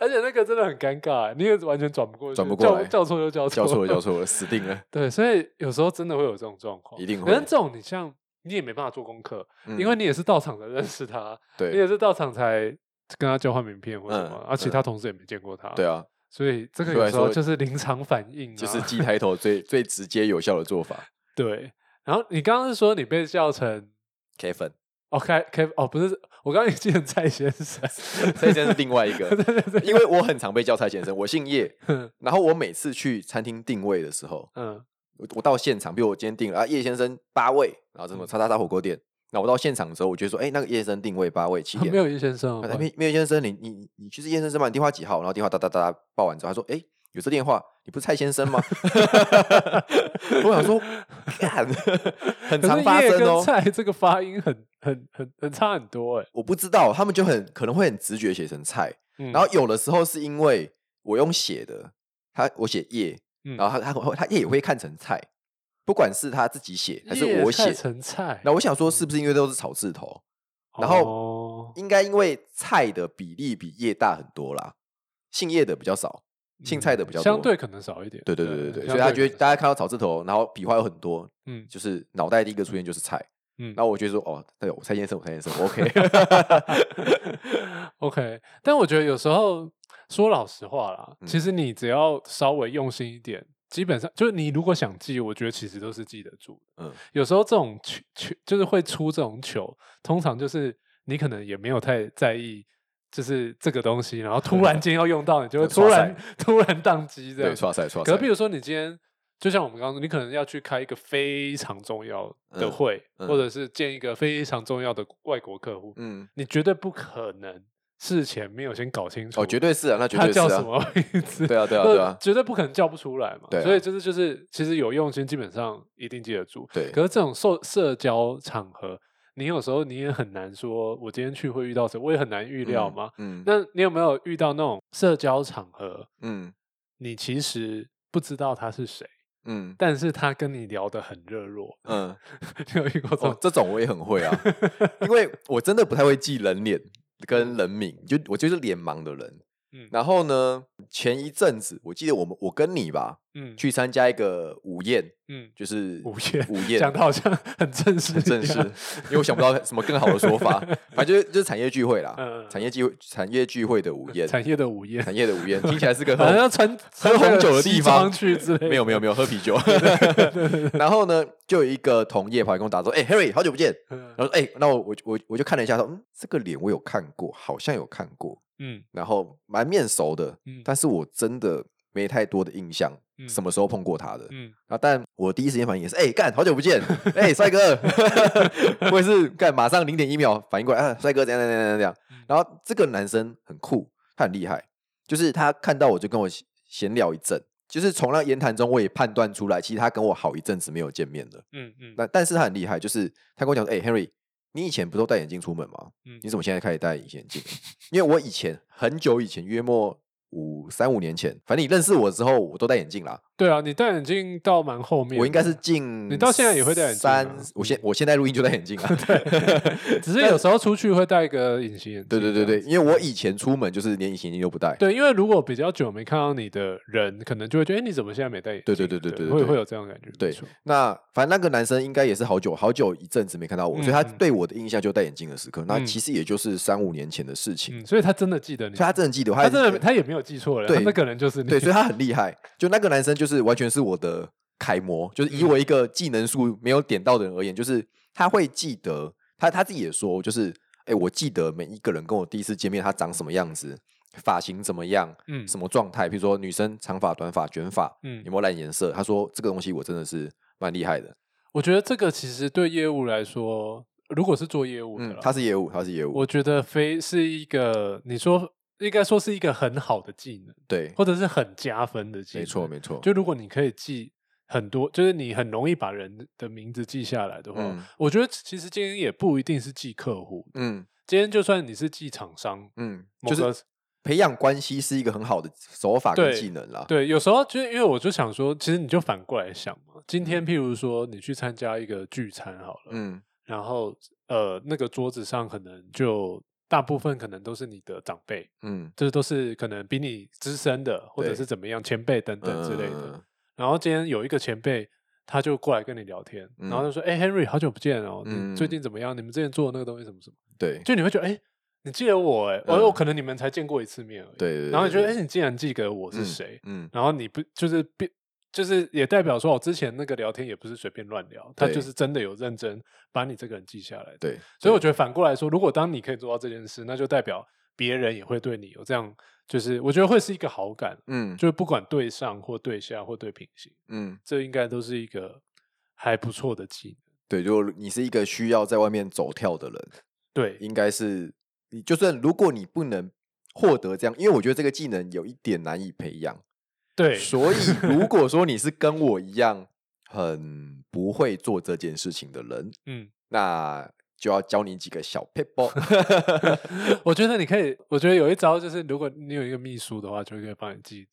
Speaker 1: 而且那个真的很尴尬，你也完全转不过去，
Speaker 2: 转不过来
Speaker 1: 叫叫错就叫错，
Speaker 2: 叫错了叫错了，死定了，
Speaker 1: [laughs] 对，所以有时候真的会有这种状况，
Speaker 2: 一定
Speaker 1: 可
Speaker 2: 会
Speaker 1: 是这种你像你也没办法做功课，
Speaker 2: 嗯
Speaker 1: 因为你也是到场才认识他，你也
Speaker 2: 对
Speaker 1: 是到场才。跟他交换名片或什么，
Speaker 2: 嗯
Speaker 1: 而、其他同事也没见过他，
Speaker 2: 对，啊，
Speaker 1: 所以这个
Speaker 2: 对
Speaker 1: 有
Speaker 2: 来
Speaker 1: 时候
Speaker 2: 说
Speaker 1: 就是临场反应、啊，
Speaker 2: 就是
Speaker 1: [laughs]
Speaker 2: 记抬头最最直接有效的做法
Speaker 1: 对。然后你刚刚是说你被叫成
Speaker 2: ，K 粉，
Speaker 1: 哦开开哦不是，我刚刚也记成蔡先生，
Speaker 2: 蔡先生是另外一
Speaker 1: [laughs]
Speaker 2: 个，因为我很常被叫蔡先生，我姓叶，
Speaker 1: 嗯
Speaker 2: 然后我每次去餐厅定位的时候，
Speaker 1: 嗯
Speaker 2: 我我到现场，比如我今天订了啊叶先生八位，
Speaker 1: 嗯
Speaker 2: 然后什么叉叉叉火锅店，那我到现场之后，我就说，哎、那个叶先生定位八位七
Speaker 1: 啊 [laughs]
Speaker 2: 点，
Speaker 1: 没有叶先生
Speaker 2: 啊，
Speaker 1: 哦，
Speaker 2: 没有没有叶先生，你你你你就是叶先生嘛，你电话几号？然后电话哒哒哒哒报完之后，他说，哎、有这电话，你不是蔡先生吗？ [laughs]
Speaker 1: [laughs]
Speaker 2: 我想说，干， [laughs] 很
Speaker 1: 可
Speaker 2: 常
Speaker 1: 是
Speaker 2: 发
Speaker 1: 叶
Speaker 2: 生
Speaker 1: 跟
Speaker 2: 哦。
Speaker 1: 蔡这个发音很很很很差很多哎、
Speaker 2: 我不知道，他们就很可能会很直觉写成菜，
Speaker 1: 嗯
Speaker 2: 然后有的时候是因为我用写的，他我写叶，
Speaker 1: 嗯
Speaker 2: 然后他他他叶也会看成菜，不管是他自己写还是
Speaker 1: 叶
Speaker 2: 我
Speaker 1: 蔡
Speaker 2: 写，
Speaker 1: 成嗯蔡，
Speaker 2: 那我想说，是不是因为都是草字头？然后
Speaker 1: 后
Speaker 2: 应该因为菜的比例比叶大很多啦，姓叶的比较少，姓蔡的比较多。
Speaker 1: 嗯相对可能少一点，
Speaker 2: 对对对对对，
Speaker 1: 相
Speaker 2: 所以他
Speaker 1: 对可
Speaker 2: 觉得
Speaker 1: 能少
Speaker 2: 大家看到草字头，然后笔画有很多，
Speaker 1: 嗯
Speaker 2: 就是脑袋第一个出现就是菜。
Speaker 1: 嗯
Speaker 2: 然后我就说哦，对，我蔡先生，我蔡先生我，OK，
Speaker 1: [laughs] OK，但我觉得有时候说老实话啦，
Speaker 2: 嗯
Speaker 1: 其实你只要稍微用心一点，基本上就是你如果想记，我觉得其实都是记得住的。
Speaker 2: 嗯，
Speaker 1: 有时候这种球球就是会出这种球，通常就是你可能也没有太在意，就是这个东西，然后
Speaker 2: [laughs]
Speaker 1: 突然间要用到，你就会
Speaker 2: 对
Speaker 1: 突
Speaker 2: 刷
Speaker 1: 然突然宕机这
Speaker 2: 对，啊
Speaker 1: 样。
Speaker 2: 刷赛刷
Speaker 1: 可
Speaker 2: 赛
Speaker 1: 是，比，如说你今天，就像我们刚刚说，你可能要去开一个非常重要的
Speaker 2: 嗯
Speaker 1: 会，
Speaker 2: 嗯
Speaker 1: 或者是见一个非常重要的外国客户，
Speaker 2: 嗯，
Speaker 1: 你绝对不可能事前没有先搞清楚，
Speaker 2: 哦，绝对是啊，那绝
Speaker 1: 他
Speaker 2: 对是
Speaker 1: 叫什
Speaker 2: 啊，
Speaker 1: 么名字，
Speaker 2: 对啊，对啊，
Speaker 1: 那
Speaker 2: 对啊，
Speaker 1: 绝对不可能叫不出来嘛。
Speaker 2: 对啊
Speaker 1: 所以就是就是，其实有用心，基本上一定记得住。
Speaker 2: 对
Speaker 1: 可是这种社社交场合，你有时候你也很难说，我今天去会遇到谁，我也很难预料嘛。
Speaker 2: 嗯，嗯
Speaker 1: 那你有没有遇到那种社交场合，
Speaker 2: 嗯
Speaker 1: 你其实不知道他是谁，
Speaker 2: 嗯
Speaker 1: 但是他跟你聊得很热络， [laughs]
Speaker 2: 嗯，
Speaker 1: 你有遇过这
Speaker 2: 哦
Speaker 1: 种，？
Speaker 2: 这种我也很会
Speaker 1: [laughs]
Speaker 2: 啊，因为我真的不太会记人脸跟人名，就我就是脸盲的人。
Speaker 1: 嗯
Speaker 2: 然后呢，前一阵子我记得我们我跟你吧
Speaker 1: 嗯
Speaker 2: 去参加一个午宴，
Speaker 1: 嗯，
Speaker 2: 就是
Speaker 1: 午宴
Speaker 2: 午
Speaker 1: 讲
Speaker 2: 宴
Speaker 1: 的好像很正式，
Speaker 2: 很正式，因为我想不到什么更好的说
Speaker 1: [laughs]
Speaker 2: 法，反正就是就是产业聚会啦，
Speaker 1: 嗯嗯
Speaker 2: 产业聚会产业聚会的午宴，
Speaker 1: 产业的午宴，
Speaker 2: 产业的午宴听起来是
Speaker 1: [laughs]
Speaker 2: 个
Speaker 1: 好
Speaker 2: 很
Speaker 1: 像穿
Speaker 2: 喝
Speaker 1: 穿那
Speaker 2: 红
Speaker 1: 个
Speaker 2: 酒的地
Speaker 1: 西装
Speaker 2: 方
Speaker 1: 去之 [laughs] 类的，
Speaker 2: 没有没有没有喝啤酒，然后呢，就有一个同业跑来跟我打说：“哎、h a r r y 好久不见。”
Speaker 1: 嗯
Speaker 2: 然后哎、欸那我我我我就看了一下，说嗯，这个脸我有看过，好像有看过，
Speaker 1: 嗯
Speaker 2: 然后蛮面熟的，
Speaker 1: 嗯
Speaker 2: 但是我真的没太多的印象，
Speaker 1: 嗯
Speaker 2: 什么时候碰过他的。
Speaker 1: 嗯
Speaker 2: 啊！但我第一时间反应也是，哎、干，好久不见，哎、帅哥， [laughs] 我也是干，马上零点一秒反应过来，啊，帅哥怎样怎样怎样怎样
Speaker 1: 嗯。
Speaker 2: 然后这个男生很酷，他很厉害，就是他看到我就跟我闲闲聊一阵，就是从那言谈中我也判断出来，其实他跟我好一阵子没有见面了。
Speaker 1: 嗯嗯
Speaker 2: 那但是他很厉害，就是他跟我讲说：“哎、h e n r y 你以前不都戴眼镜出门吗？
Speaker 1: 嗯
Speaker 2: 你怎么现在开始戴隐形眼镜了？”因为我以前很久以前，约莫五三五年前，反正你认识我之后，我都戴眼镜啦。
Speaker 1: 对啊，你戴眼镜到蛮后面的，
Speaker 2: 我应该是近
Speaker 1: 你到现在也会戴眼镜
Speaker 2: 三
Speaker 1: 吗，
Speaker 2: 我现
Speaker 1: 嗯
Speaker 2: 我现在录音就戴
Speaker 1: [laughs]
Speaker 2: 眼镜啊。
Speaker 1: 只是有时候出去会戴个隐形眼镜。
Speaker 2: [laughs] 对对对对，，因为我以前出门就是连隐形眼镜都不戴。
Speaker 1: 对，因为如果比较久没看到你的人，可能就会觉得，哎，你怎么现在没戴眼镜？
Speaker 2: 对对对对对对
Speaker 1: 会
Speaker 2: 对
Speaker 1: 会有这样的感觉。
Speaker 2: 对
Speaker 1: 没错，
Speaker 2: 那反正那个男生应该也是好久好久一阵子没看到我，
Speaker 1: 嗯
Speaker 2: 所以他
Speaker 1: 嗯
Speaker 2: 对我的印象就戴眼镜的时刻。那
Speaker 1: 嗯
Speaker 2: 其实也就是三五年前的事情，
Speaker 1: 嗯，所以他真的记得你
Speaker 2: 所以，他真的记得，
Speaker 1: 他
Speaker 2: 还
Speaker 1: 真的他也没有记错了，
Speaker 2: 对
Speaker 1: 他 [laughs] 那可能就是你。
Speaker 2: 对，所以他很厉害。就那个男生就是完全是我的楷模，就是以
Speaker 1: 嗯
Speaker 2: 我一个技能数没有点到的人而言，就是他会记得他他自己也说，就是哎、诶我记得每一个人跟我第一次见面他长什么样子，发型怎么样，
Speaker 1: 嗯
Speaker 2: 什么状态，比如说女生长发、短发、卷发，
Speaker 1: 嗯
Speaker 2: 有没有染颜色。他说这个东西我真的是蛮厉害的。
Speaker 1: 我觉得这个其实对业务来说，如果是做业务的
Speaker 2: 嗯
Speaker 1: 啦，，
Speaker 2: 他是业务，他是业务，
Speaker 1: 我觉得非是一个你说应该说是一个很好的技能，
Speaker 2: 对，
Speaker 1: 或者是很加分的技能。
Speaker 2: 没错，没错，
Speaker 1: 就如果你可以记很多，就是你很容易把人的名字记下来的话，
Speaker 2: 嗯
Speaker 1: 我觉得其实今天也不一定是记客户，
Speaker 2: 嗯
Speaker 1: 今天就算你是记厂商，
Speaker 2: 嗯，
Speaker 1: 某
Speaker 2: 就
Speaker 1: 个、
Speaker 2: 是培养关系是一个很好的手法跟
Speaker 1: 对
Speaker 2: 技能啦。
Speaker 1: 对，有时候就是因为我就想说，其实你就反过来想嘛，今天譬如说你去参加一个聚餐好了，
Speaker 2: 嗯
Speaker 1: 然后呃那个桌子上可能就大部分可能都是你的长辈，
Speaker 2: 嗯
Speaker 1: 这都是可能比你资深的或者
Speaker 2: 对
Speaker 1: 是怎么样前辈等等之类的。
Speaker 2: 嗯
Speaker 1: 然后今天有一个前辈，他就过来跟你聊天，然后
Speaker 2: 嗯
Speaker 1: 就说：“哎、h e n r y 好久不见哦，你最
Speaker 2: 嗯
Speaker 1: 近怎么样？你们之前做的那个东西什么什么？”
Speaker 2: 对。
Speaker 1: 就你会觉得：“哎、你记得我哎、欸，
Speaker 2: 嗯
Speaker 1: 哦、可能你们才见过一次面而已。”
Speaker 2: 对对对
Speaker 1: 然后你觉得：“哎、
Speaker 2: 对
Speaker 1: 你竟然记得我是谁？”
Speaker 2: 嗯，
Speaker 1: 然后你不就是变，就是也代表说，哦我之前那个聊天也不是随便乱聊，他就
Speaker 2: 对
Speaker 1: 是真的有认真把你这个人记下来的。
Speaker 2: 对，
Speaker 1: 所以我觉得反过来说，如果当你可以做到这件事，那就代表别人也会对你有这样，就是我觉得会是一个好感，
Speaker 2: 嗯
Speaker 1: 就是不管对上或对下或对平行。
Speaker 2: 嗯，
Speaker 1: 这应该都是一个还不错的技能。
Speaker 2: 对，如果你是一个需要在外面走跳的人，
Speaker 1: 对，
Speaker 2: 应该是你就算如果你不能获得这样，因为我觉得这个技能有一点难以培养，
Speaker 1: 对，
Speaker 2: 所以如果说
Speaker 1: [laughs]
Speaker 2: 你是跟我一样很不会做这件事情的人，
Speaker 1: 嗯，
Speaker 2: 那就要教你几个小 p
Speaker 1: [laughs]
Speaker 2: e p l
Speaker 1: [laughs] 我觉得你可以，我觉得有一招就是，如果你有一个秘书的话，就可以帮你记，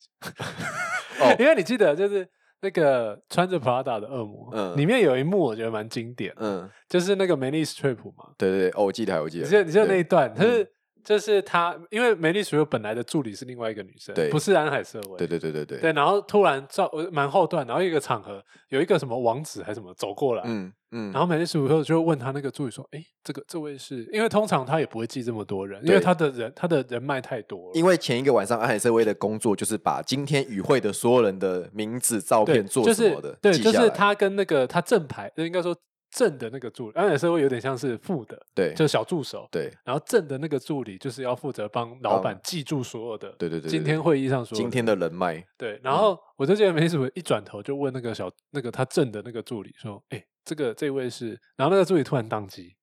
Speaker 1: [laughs]
Speaker 2: 哦
Speaker 1: 因为你记得就是那个穿着 Prada 的恶魔，
Speaker 2: 嗯
Speaker 1: 里面有一幕我觉得蛮经典的，
Speaker 2: 嗯，
Speaker 1: 就是那个梅丽史翠普嘛，
Speaker 2: 对对对，哦，我记得还有，我记
Speaker 1: 你
Speaker 2: 得，
Speaker 1: 记得你记得那一
Speaker 2: 对
Speaker 1: 段，他是就是他，因为梅丽史瑞本来的助理是另外一个女生，
Speaker 2: 对
Speaker 1: 不是安海瑟薇，
Speaker 2: 对对对对对，
Speaker 1: 对，然后突然照呃蛮后段，然后一个场合有一个什么王子还是什么走过来，
Speaker 2: 嗯嗯，
Speaker 1: 然后美丽史克就问他那个助理说：“哎，这个这位是因为通常他也不会记这么多人，因为
Speaker 2: 对
Speaker 1: 他的人他的人脉太多了，
Speaker 2: 因为前一个晚上安海瑟薇的工作就是把今天与会的所有人的名字、照
Speaker 1: 对，
Speaker 2: 片、做
Speaker 1: 就
Speaker 2: 什
Speaker 1: 是
Speaker 2: 么的
Speaker 1: 对，
Speaker 2: 记
Speaker 1: 就
Speaker 2: 下
Speaker 1: 是
Speaker 2: 来
Speaker 1: 他跟那个他正牌，应该说正的那个助理，安海社会有点像是副的，
Speaker 2: 对
Speaker 1: 就是小助手。
Speaker 2: 对
Speaker 1: 然后正的那个助理就是要负责帮老板记住所有的，
Speaker 2: 对对对对
Speaker 1: 今
Speaker 2: 对
Speaker 1: 天会议上说
Speaker 2: 今天嗯的
Speaker 1: [laughs]
Speaker 2: 人脉，
Speaker 1: 对，然后我就觉得没什么，一转头就问那个小那个他正的那个助理说：“哎，这个这位是？”然后那个助理突然宕机，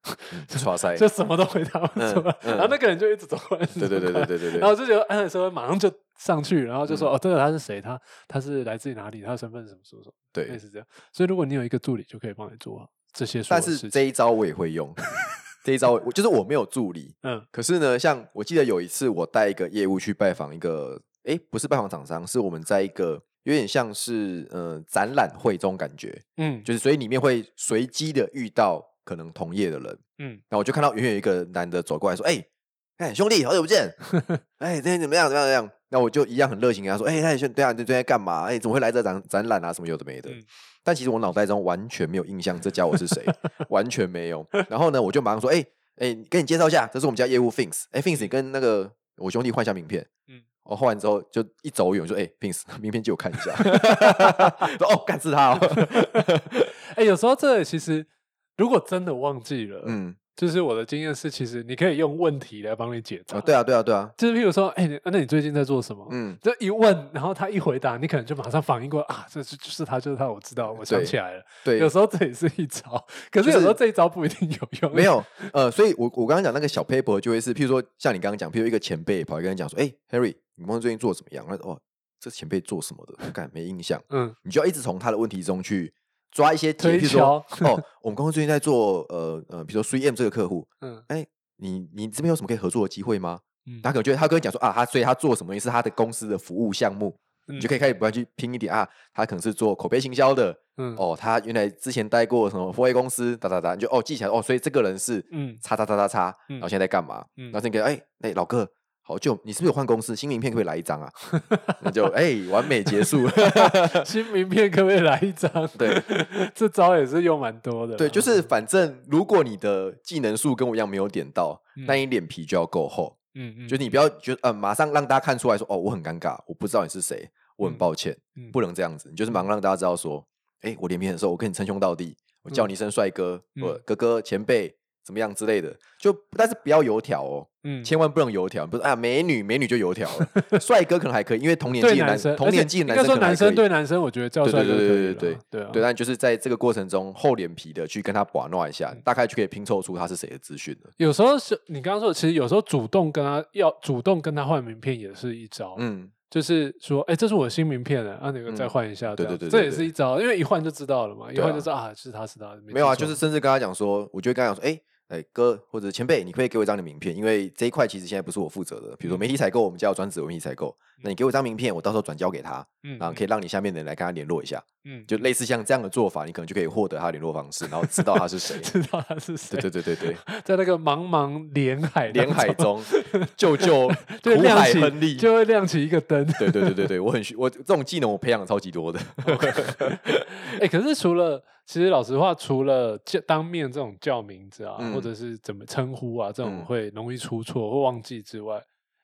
Speaker 2: 刷塞，
Speaker 1: 就
Speaker 2: 对
Speaker 1: 什么都回答不出来，
Speaker 2: 哎嗯嗯
Speaker 1: 然后那个人就一直走过来，
Speaker 2: 对对对对对对，嗯
Speaker 1: 然后就觉得安海社会马上就上去，然后就说：“哦，这个他是谁？他他是来自于哪里？他的身份是什么什么什么？”类
Speaker 2: 对，
Speaker 1: 似这样。所以如果你有一个助理，就可以帮你做好这些所
Speaker 2: 但
Speaker 1: 有的
Speaker 2: 是
Speaker 1: 事情。
Speaker 2: 这一招我也会用，这一招我就是我没有助理，
Speaker 1: 嗯
Speaker 2: 可是呢，像我记得有一次我带一个业务去拜访一个，诶，不是拜访厂商，是我们在一个有点像是呃展览会中感觉，
Speaker 1: 嗯
Speaker 2: 就是所以里面会随机的遇到可能同业的人，
Speaker 1: 嗯， [laughs]
Speaker 2: 然后我就看到远远有一个男的走过来说：“哎、哎、兄弟，好久
Speaker 1: [laughs]
Speaker 2: 不见！哎、最近怎么样？怎么样？怎么样？”那我就一样很热情跟他说：“哎、那你兄对啊，你最近在干嘛？哎、怎么会来这展展览啊？什么有的没的。
Speaker 1: 嗯
Speaker 2: 但其实我脑袋中完全没有印象，这家伙
Speaker 1: [laughs]
Speaker 2: 是谁，完全没有。然后呢，我就马上说：“哎、哎、跟你介绍一下，这是我们家业务 Fins。哎、f i n s 你跟那个我兄弟换一下名片。”嗯
Speaker 1: 嗯，
Speaker 2: 我换完之后就一走远，我说：“哎、f i n s 名片借我看一
Speaker 1: [laughs]
Speaker 2: 下。”说：“哦，干是他哦。 [laughs]
Speaker 1: 哎、有时候这个其实如果真的忘记了”，嗯，
Speaker 2: 嗯，
Speaker 1: 就是我的经验是，其实你可以用问题来帮你解答。
Speaker 2: 哦，对啊，对啊，对啊，
Speaker 1: 就是譬如说，哎、你啊那你最近在做什么？
Speaker 2: 嗯，
Speaker 1: 就一问，然后他一回答，你可能就马上反应过来啊，这是就是他，就是他，我知道，我想
Speaker 2: 对
Speaker 1: 起来了。
Speaker 2: 对，
Speaker 1: 有时候这也是一招，可
Speaker 2: 就是
Speaker 1: 有时候
Speaker 2: 是
Speaker 1: 这一招不一定有 [laughs] 用。
Speaker 2: 没，有，呃，所以我我刚刚讲那个小 paper 就会是，譬如说像你刚刚讲，譬如一个前辈跑来跟你讲说，哎、h a r r y 你公司最近做得怎么样？他说哦，这前辈做什么的，干没印象。
Speaker 1: 嗯，
Speaker 2: 你就要一直从他的问题中去抓一些解，
Speaker 1: 推
Speaker 2: 譬如说，
Speaker 1: 敲
Speaker 2: 哦，我们公司最近在做呃呃，比如说 3M 这个客户，
Speaker 1: 嗯
Speaker 2: 哎、你你这边有什么可以合作的机会吗？
Speaker 1: 嗯
Speaker 2: 他可能觉得他跟你讲说啊，他所以他做什么东西是他的公司的服务项目，
Speaker 1: 嗯
Speaker 2: 你就可以开始不断去拼一点啊，他可能是做口碑行销的，
Speaker 1: 嗯
Speaker 2: 哦，他原来之前待过什么 4A 公司，哒哒哒，你就哦记起来哦，所以这个人是
Speaker 1: 嗯
Speaker 2: 叉叉叉叉叉，
Speaker 1: 嗯
Speaker 2: 然后现在在干嘛？
Speaker 1: 嗯 [laughs]
Speaker 2: 然后你给哎哎老哥，好久你是不是有换公司？新名片可不可以来一张啊？那就哎完美结束。
Speaker 1: 新名片可不可以来一张？
Speaker 2: 对，
Speaker 1: [laughs] 这招也是用蛮多的啦。
Speaker 2: 对，就是反正如果你的技能数跟我一样没有点到，那你脸皮就要够厚，
Speaker 1: 嗯嗯，
Speaker 2: 就你不要觉得呃马上让大家看出来说哦我很尴尬，我不知道你是谁，我很
Speaker 1: 嗯
Speaker 2: 抱歉，
Speaker 1: 嗯
Speaker 2: 不能这样子，你就是马上让大家知道说，哎我脸皮很瘦，我跟你称兄道弟，我叫
Speaker 1: 嗯
Speaker 2: 你一声帅哥，我
Speaker 1: 嗯
Speaker 2: 哥哥前辈怎么样之类的，就但是不要油条哦，
Speaker 1: 嗯
Speaker 2: 千万不能油条，不是啊，美女美女就油条
Speaker 1: [laughs]
Speaker 2: 了，帅哥可能还可以，因为同年
Speaker 1: 对
Speaker 2: 纪的
Speaker 1: 男
Speaker 2: 男
Speaker 1: 生，
Speaker 2: 同
Speaker 1: 而且
Speaker 2: 年纪的
Speaker 1: 应
Speaker 2: 男
Speaker 1: 该
Speaker 2: 生
Speaker 1: 说
Speaker 2: 可能还
Speaker 1: 男
Speaker 2: 可
Speaker 1: 生
Speaker 2: 以
Speaker 1: 对男生，我觉得叫
Speaker 2: 对
Speaker 1: 帅
Speaker 2: 对
Speaker 1: 哥可以
Speaker 2: 对对
Speaker 1: 了
Speaker 2: 对
Speaker 1: 对啊
Speaker 2: 对，但就是在这个过程中厚脸皮的去跟他把闹一
Speaker 1: 嗯
Speaker 2: 下，大概就可以拼凑出他是谁的资讯了。
Speaker 1: 有时候是你刚刚说的，其实有时候主动跟他要主动跟他换名片也是一招，
Speaker 2: 嗯，
Speaker 1: 就是说，哎，这是我新名片了，啊，你们再
Speaker 2: 嗯
Speaker 1: 换一下，
Speaker 2: 对
Speaker 1: 这样子
Speaker 2: 对对对
Speaker 1: 这也
Speaker 2: 对
Speaker 1: 是一招，因为一换就知道了嘛，一
Speaker 2: 对
Speaker 1: 换
Speaker 2: 啊
Speaker 1: 就知道啊，是他是他，
Speaker 2: 没有啊，
Speaker 1: 记
Speaker 2: 就
Speaker 1: 错
Speaker 2: 是甚至跟他讲说，我就会跟他讲说，哎哎哥或者前辈，你可不可以给我一张你的名片，因为这一块其实现在不是我负责的，比如说媒体采购，我们家有专职有媒体采购，那你给我一张名片，我到时候转交给他，
Speaker 1: 嗯
Speaker 2: 然后可以让你下面的人来跟他联络一下，
Speaker 1: 嗯，。
Speaker 2: 啊就类似像这样的做法，你可能就可以获得他的联络方式，然后知道他是谁
Speaker 1: [laughs] 知道他是谁
Speaker 2: 对，对对对对。
Speaker 1: 在那个茫茫连海当
Speaker 2: 连海
Speaker 1: 中
Speaker 2: 中 [laughs] 救救
Speaker 1: [laughs] 就会
Speaker 2: 苦
Speaker 1: 亮
Speaker 2: 海
Speaker 1: 起
Speaker 2: 亨利。
Speaker 1: 就会亮起一个灯，
Speaker 2: 对对对对对，我很需我这种技能我培养超级多的。
Speaker 1: 哎、可是除了，其实老实话，除了叫当面这种叫名字啊，
Speaker 2: 嗯
Speaker 1: 或者是怎么称呼啊，这种
Speaker 2: 嗯
Speaker 1: 会容易出错或忘记之外，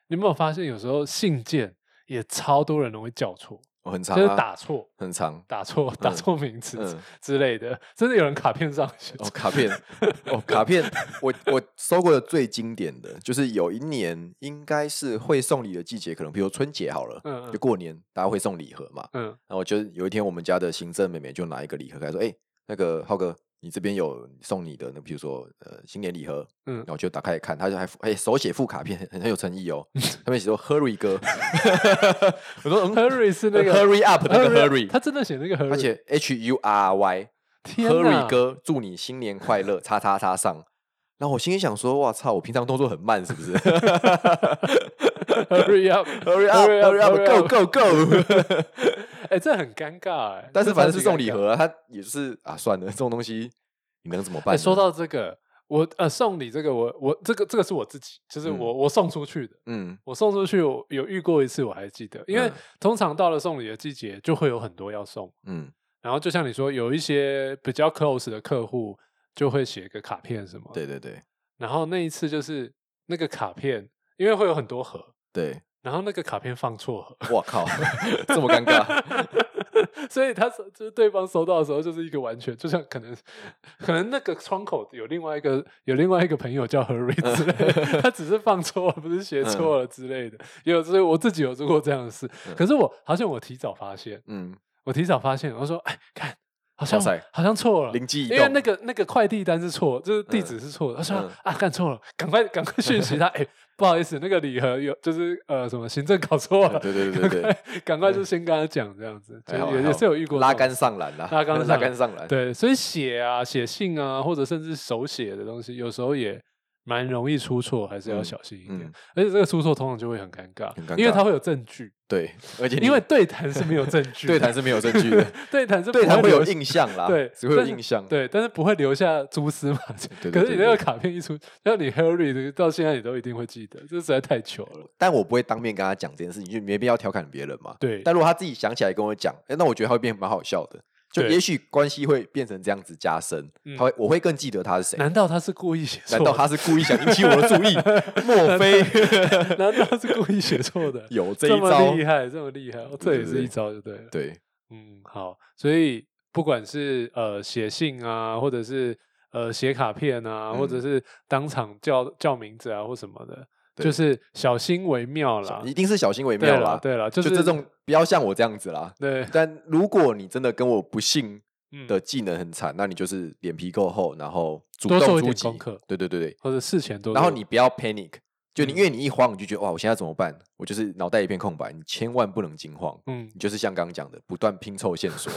Speaker 1: 你有没有发现有时候信件也超多人容易叫错，
Speaker 2: 我很长、
Speaker 1: 就是
Speaker 2: 啊，
Speaker 1: 打错、
Speaker 2: 很长。
Speaker 1: 打错、打错名字之
Speaker 2: 嗯
Speaker 1: 之类的，真的有人卡片上写
Speaker 2: 哦，卡片，哦，卡片，我我收过的最经典的就是有一年，应该是会送礼的季节，可能比如春节好了，
Speaker 1: 嗯嗯
Speaker 2: 就过年大家会送礼盒嘛。
Speaker 1: 嗯
Speaker 2: 然后我就有一天，我们家的行政妹妹就拿一个礼盒开说：“哎、那个浩哥，你这边有送你的那比如说呃新年礼盒，
Speaker 1: 嗯
Speaker 2: 然，后就打开来看，他就还附哎手写副卡片，很很有诚意哦。
Speaker 1: 嗯
Speaker 2: 他们写说 “Hurry 哥”，
Speaker 1: [laughs]
Speaker 2: 我说嗯
Speaker 1: Hurry 是那个
Speaker 2: “Hurry up” 那个
Speaker 1: Hurry-
Speaker 2: “Hurry”，
Speaker 1: 他真的写那个 Hurry，
Speaker 2: 而且 “H U R Y”，Hurry
Speaker 1: 天哪
Speaker 2: 哥，祝你新年快乐，叉叉叉上。然后我心里想说，哇操，我平常动作很慢是不 [laughs] 是
Speaker 1: Hurry up。
Speaker 2: ？Hurry up，Hurry up，Go [laughs] Go Go！
Speaker 1: 哎、这很尴尬哎、
Speaker 2: 但是
Speaker 1: 这
Speaker 2: 反
Speaker 1: 超
Speaker 2: 正是
Speaker 1: 级
Speaker 2: 送
Speaker 1: 尴
Speaker 2: 礼
Speaker 1: 尬
Speaker 2: 盒啊，他也就是啊，算了，这种东西你能怎么
Speaker 1: 哎、
Speaker 2: 办呢？
Speaker 1: 说到这个，我呃送礼这个我我这个这个是我自己，就是
Speaker 2: 嗯
Speaker 1: 我、我送出去的，
Speaker 2: 嗯，
Speaker 1: 我送出去我有遇过一次，我还记得，因为
Speaker 2: 嗯
Speaker 1: 通常到了送礼的季节就会有很多要送，
Speaker 2: 嗯
Speaker 1: 然后就像你说，有一些比较 close 的客户就会写个卡片什么，
Speaker 2: 对对对
Speaker 1: 然后那一次就是那个卡片，因为会有很多盒， [laughs]
Speaker 2: 对，
Speaker 1: 然后那个卡片放错盒，
Speaker 2: 我靠，这么尴尬，
Speaker 1: [laughs] 所以他收就是对方收到的时候就是一个完全，就像可能可能那个窗口有另外一个有另外一个朋友叫 Harry
Speaker 2: 嗯
Speaker 1: 之类的，他只是放错了，不是写错了之类的。也有，所以我自己有做过这样的事，
Speaker 2: 嗯
Speaker 1: 可是我好像我提早发现， [laughs]
Speaker 2: 嗯，
Speaker 1: 我提早发现，我说哎，看好像
Speaker 2: 哇塞
Speaker 1: 好像错了。
Speaker 2: 灵机一
Speaker 1: 因
Speaker 2: 动，
Speaker 1: 为那个那个快递单是错，就是地
Speaker 2: 嗯
Speaker 1: 址是错的。他说、
Speaker 2: 嗯
Speaker 1: 啊，看错了，赶快赶快讯
Speaker 2: [laughs]
Speaker 1: 息他。哎、不好意思，那个礼盒有就是呃什么行政搞错了，
Speaker 2: 嗯对对对
Speaker 1: 赶
Speaker 2: 对
Speaker 1: 快赶快就先跟他讲这样子，就
Speaker 2: 还好
Speaker 1: 也
Speaker 2: 还
Speaker 1: 也
Speaker 2: 好
Speaker 1: 是有 [laughs] 遇过这
Speaker 2: 拉
Speaker 1: 种
Speaker 2: 杆上篮啦，
Speaker 1: 拉杆上
Speaker 2: 拉
Speaker 1: 篮
Speaker 2: 杆上篮，
Speaker 1: 对，所以写啊、写信啊，或者甚至手写的东西，有时候也蛮容易出错，还是要
Speaker 2: 嗯
Speaker 1: 小心一点。
Speaker 2: 嗯，
Speaker 1: 而且这个出错通常就会很尴尬，
Speaker 2: 很尴
Speaker 1: 因为
Speaker 2: 尬
Speaker 1: 它会有证
Speaker 2: [laughs]
Speaker 1: 据，
Speaker 2: 对，而且你
Speaker 1: 因为对谈是没有证据的，
Speaker 2: [laughs] 对谈是没有证据
Speaker 1: [laughs]
Speaker 2: 的，
Speaker 1: 对谈是
Speaker 2: 对
Speaker 1: 不
Speaker 2: 谈会有
Speaker 1: 留下
Speaker 2: 印象啦，
Speaker 1: 对
Speaker 2: 只会有
Speaker 1: 但是
Speaker 2: 印象，
Speaker 1: 对，但是不会留下蛛丝马迹。
Speaker 2: 对
Speaker 1: 可
Speaker 2: 对
Speaker 1: 是
Speaker 2: 对
Speaker 1: 你那个
Speaker 2: 对
Speaker 1: 卡片一出，像你 Harry 的到现在你都一定会记得，这实在太糗了。
Speaker 2: 但我不会当面跟他讲这件事情，就没必要调侃别人嘛。
Speaker 1: 对，
Speaker 2: 但如果他自己想起来跟我讲，诶那我觉得他会变蛮好笑的，就
Speaker 1: 对
Speaker 2: 也许关系会变成这样子加深，
Speaker 1: 嗯
Speaker 2: 他会我会更记得他是谁。
Speaker 1: 难道他是故意写错
Speaker 2: 难
Speaker 1: 的？
Speaker 2: 道他是故意想引起我的注意？
Speaker 1: [laughs]
Speaker 2: 莫非
Speaker 1: 难道是故意写错
Speaker 2: [laughs]
Speaker 1: 的？
Speaker 2: 有这
Speaker 1: 这
Speaker 2: 一
Speaker 1: 么
Speaker 2: 招？
Speaker 1: 厉害，这么厉害，哦这
Speaker 2: 对
Speaker 1: 也
Speaker 2: 对
Speaker 1: 是一
Speaker 2: 对
Speaker 1: 招就对了。
Speaker 2: 对，
Speaker 1: 嗯，好，所以不管是呃写信啊，或者是呃写卡片啊，或者
Speaker 2: 嗯
Speaker 1: 是当场叫叫名字啊或什么的，就
Speaker 2: 对
Speaker 1: 是小心为妙啦。
Speaker 2: 一定是小心为
Speaker 1: 对
Speaker 2: 妙
Speaker 1: 啦，
Speaker 2: 啦。
Speaker 1: 对啦，就
Speaker 2: 就是这种，不要像我这样子啦。
Speaker 1: 对
Speaker 2: 但如果你真的跟我不幸
Speaker 1: 嗯
Speaker 2: 的技能很惨，那你就是脸皮够厚，然后主
Speaker 1: 多做
Speaker 2: 动
Speaker 1: 一
Speaker 2: 出
Speaker 1: 点
Speaker 2: 击
Speaker 1: 功课。
Speaker 2: 对对对对，
Speaker 1: 或者事前都
Speaker 2: 然后
Speaker 1: 做
Speaker 2: 你不要 panic，就你
Speaker 1: 嗯
Speaker 2: 因为你一慌，你就觉得哇，我现在怎么办？我就是脑袋一片空白，你千万不能惊慌。
Speaker 1: 嗯
Speaker 2: 你，就是像刚刚讲的，不断拼凑线
Speaker 1: [laughs]
Speaker 2: 索。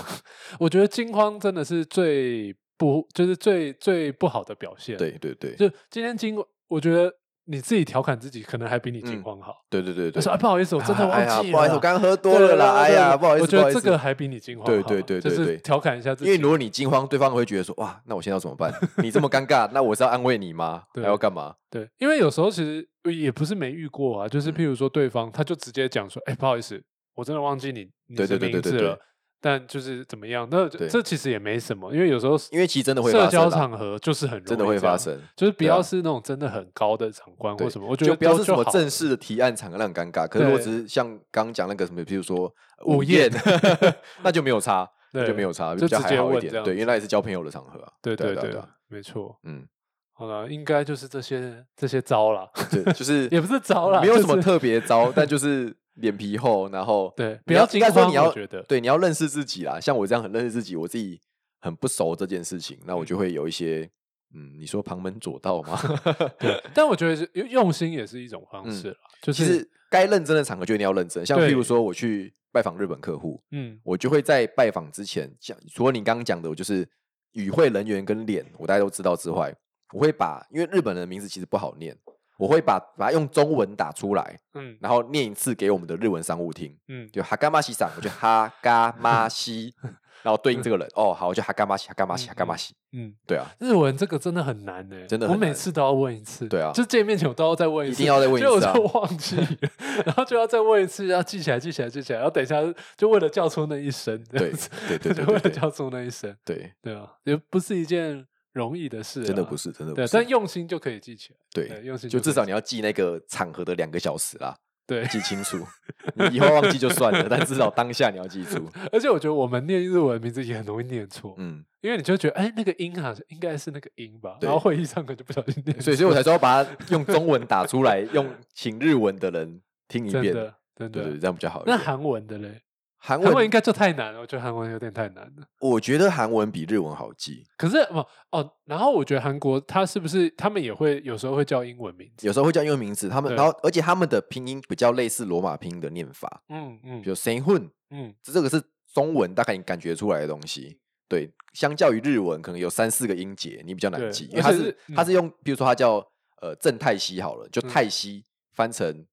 Speaker 1: 我觉得惊慌真的是最不就是最最不好的表现。，
Speaker 2: 对对对
Speaker 1: 就今天惊，我觉得你自己调侃自己，可能还比你惊
Speaker 2: 嗯
Speaker 1: 慌好。
Speaker 2: 对对对
Speaker 1: 他
Speaker 2: 对
Speaker 1: 说：“。啊，不好意思，我真的忘
Speaker 2: 哎呀
Speaker 1: 记了。
Speaker 2: 不好意思，我刚刚喝
Speaker 1: 对
Speaker 2: 多了啦。哎
Speaker 1: 对
Speaker 2: 呀，
Speaker 1: 对
Speaker 2: 不好意思，
Speaker 1: 我觉
Speaker 2: 不好
Speaker 1: 得
Speaker 2: 意
Speaker 1: 这
Speaker 2: 思
Speaker 1: 个还比你惊慌
Speaker 2: 对
Speaker 1: 好
Speaker 2: 对
Speaker 1: 嘛
Speaker 2: 对
Speaker 1: 就
Speaker 2: 对
Speaker 1: 是
Speaker 2: 对
Speaker 1: 调侃一下自己。
Speaker 2: 因为如果你惊慌，对方会觉得说哇，那我现在要怎么办？你这么尴尬，那我是要安慰你吗？还
Speaker 1: 对
Speaker 2: 要干嘛？
Speaker 1: 对，因为有时候其实也不是没遇过啊，就是
Speaker 2: 嗯
Speaker 1: 譬如说对方他就直接讲说：“哎、不好意思，我真的忘记你你
Speaker 2: 对
Speaker 1: 的
Speaker 2: 对对
Speaker 1: 名
Speaker 2: 对对
Speaker 1: 字
Speaker 2: 对
Speaker 1: 了。”但就是怎么样？那
Speaker 2: 对
Speaker 1: 这其实也没什么，因为有时候
Speaker 2: 因为其实真的会
Speaker 1: 社
Speaker 2: 发
Speaker 1: 交
Speaker 2: 生啊啦，
Speaker 1: 场合就是很容易
Speaker 2: 真的会
Speaker 1: 这样
Speaker 2: 发，生。
Speaker 1: 就是不
Speaker 2: 对
Speaker 1: 要
Speaker 2: 啊
Speaker 1: 是那种真的很高的长官或
Speaker 2: 对
Speaker 1: 什么，我觉得
Speaker 2: 就不要
Speaker 1: 都
Speaker 2: 是什么
Speaker 1: 好
Speaker 2: 正
Speaker 1: 了
Speaker 2: 式的提案场合让你尴尬，可是如果
Speaker 1: 对
Speaker 2: 只是像刚刚讲那个什么，比如说呃
Speaker 1: 午宴
Speaker 2: [laughs] 那就没有差，那就
Speaker 1: 对
Speaker 2: 没有差，
Speaker 1: 就
Speaker 2: 比较
Speaker 1: 直
Speaker 2: 还
Speaker 1: 接
Speaker 2: 好
Speaker 1: 问
Speaker 2: 一
Speaker 1: 这样
Speaker 2: 点。对，因为那也是交朋友的场合啊。
Speaker 1: 对
Speaker 2: 对
Speaker 1: 对
Speaker 2: 啊对啊
Speaker 1: 对
Speaker 2: 啊，
Speaker 1: 没错。
Speaker 2: 嗯，
Speaker 1: 好了，应该就是这些这些招啦，
Speaker 2: 对，就
Speaker 1: [laughs]
Speaker 2: 是
Speaker 1: 也不是招啦，
Speaker 2: 没有
Speaker 1: 就
Speaker 2: 什么
Speaker 1: 是
Speaker 2: 特别招，但就是脸皮厚，然后
Speaker 1: 对，不
Speaker 2: 你
Speaker 1: 要
Speaker 2: 应
Speaker 1: 惊
Speaker 2: 该说
Speaker 1: 慌。
Speaker 2: 你要
Speaker 1: 我觉得
Speaker 2: 对你要认识自己啦。像我这样很认识自己，我自己很不熟这件事情，那我就会有一些嗯，你说旁门左道吗？ [laughs]
Speaker 1: 对，但我觉得是用用心也是一种方
Speaker 2: 嗯
Speaker 1: 式啦，就
Speaker 2: 其
Speaker 1: 是
Speaker 2: 实该认真的场合就一定要认真，像
Speaker 1: 对
Speaker 2: 譬如说我去拜访日本客户，
Speaker 1: 嗯
Speaker 2: 我就会在拜访之前讲，除了你刚刚讲的，我就是与会人员跟脸，我大家都知道之外，我会把因为日本人的名字其实不好念，我会把把它用中文打出来，
Speaker 1: 嗯
Speaker 2: 然后念一次给我们的日文商务听。
Speaker 1: 嗯，
Speaker 2: 就哈嘎玛西桑，我就哈嘎
Speaker 1: [laughs]
Speaker 2: 玛西，然后对应这个人，哦，好，我就哈嘎玛西，哈嘎玛西，哈嘎玛西，
Speaker 1: 嗯，
Speaker 2: 对啊，
Speaker 1: 日文这个真的很难呢、
Speaker 2: 真的
Speaker 1: 我
Speaker 2: 很
Speaker 1: 每
Speaker 2: 难
Speaker 1: 次都要问一次，
Speaker 2: 对啊
Speaker 1: 就见面前我都要再问一
Speaker 2: 一
Speaker 1: 次，
Speaker 2: 定要再问一
Speaker 1: 就
Speaker 2: 次啊
Speaker 1: 我就忘记
Speaker 2: [laughs]
Speaker 1: 了，然后就要再问一次，要记起来，记起来，记起来，然后等一下就为了叫出那一声， [laughs] 这样
Speaker 2: 对
Speaker 1: 子
Speaker 2: 对对对
Speaker 1: 就为了
Speaker 2: 对对
Speaker 1: 叫出那一声，
Speaker 2: 对，
Speaker 1: 对啊，也不是一件容易的事啊，
Speaker 2: 真的不是，真的不
Speaker 1: 对，但
Speaker 2: 是，
Speaker 1: 用心就可以记起来，对，
Speaker 2: 对，
Speaker 1: 用心
Speaker 2: 就
Speaker 1: 可以
Speaker 2: 至少
Speaker 1: 记
Speaker 2: 你要记那个场合的两个小时啦，
Speaker 1: 对，
Speaker 2: 记清楚，你以后忘记就算
Speaker 1: [laughs]
Speaker 2: 了，但至少当下你要记住，
Speaker 1: 而且我觉得我们念日文名字也很容易念错， [laughs]
Speaker 2: 嗯，
Speaker 1: 因为你就觉得哎、那个音好像应该是那个音吧，
Speaker 2: 对
Speaker 1: 然后会议上可能就不小心念错，
Speaker 2: 所以所以我才说要把它用中文打出来， [laughs] 用请日文的人听一
Speaker 1: 真
Speaker 2: 遍，
Speaker 1: 的真
Speaker 2: 对
Speaker 1: 的
Speaker 2: 对，这样比较好一
Speaker 1: 那
Speaker 2: 点。
Speaker 1: 韩文的嘞，
Speaker 2: 韩
Speaker 1: 韩文应
Speaker 2: 文，
Speaker 1: 该就太难了，我觉得韩文有点太难了。
Speaker 2: 我觉得韩文比日文好记，
Speaker 1: 可是哦哦，然后我觉得韩国它是不是他们也会有时候会叫英文名字？
Speaker 2: 有时候会叫英文名字，他们
Speaker 1: 对
Speaker 2: 然后而且他们的拼音比较类似罗马拼音的念法，
Speaker 1: 嗯嗯
Speaker 2: 比如 “sen hun”，
Speaker 1: 嗯，
Speaker 2: 这个是中文大概你感觉出来的东西。对，相较于日文，可能有三四个音节，你比较
Speaker 1: 对
Speaker 2: 难记，
Speaker 1: 而
Speaker 2: 因为它
Speaker 1: 且
Speaker 2: 是
Speaker 1: 是嗯
Speaker 2: 它是用，比如说它叫呃正太西好了，就
Speaker 1: 嗯
Speaker 2: 太西翻成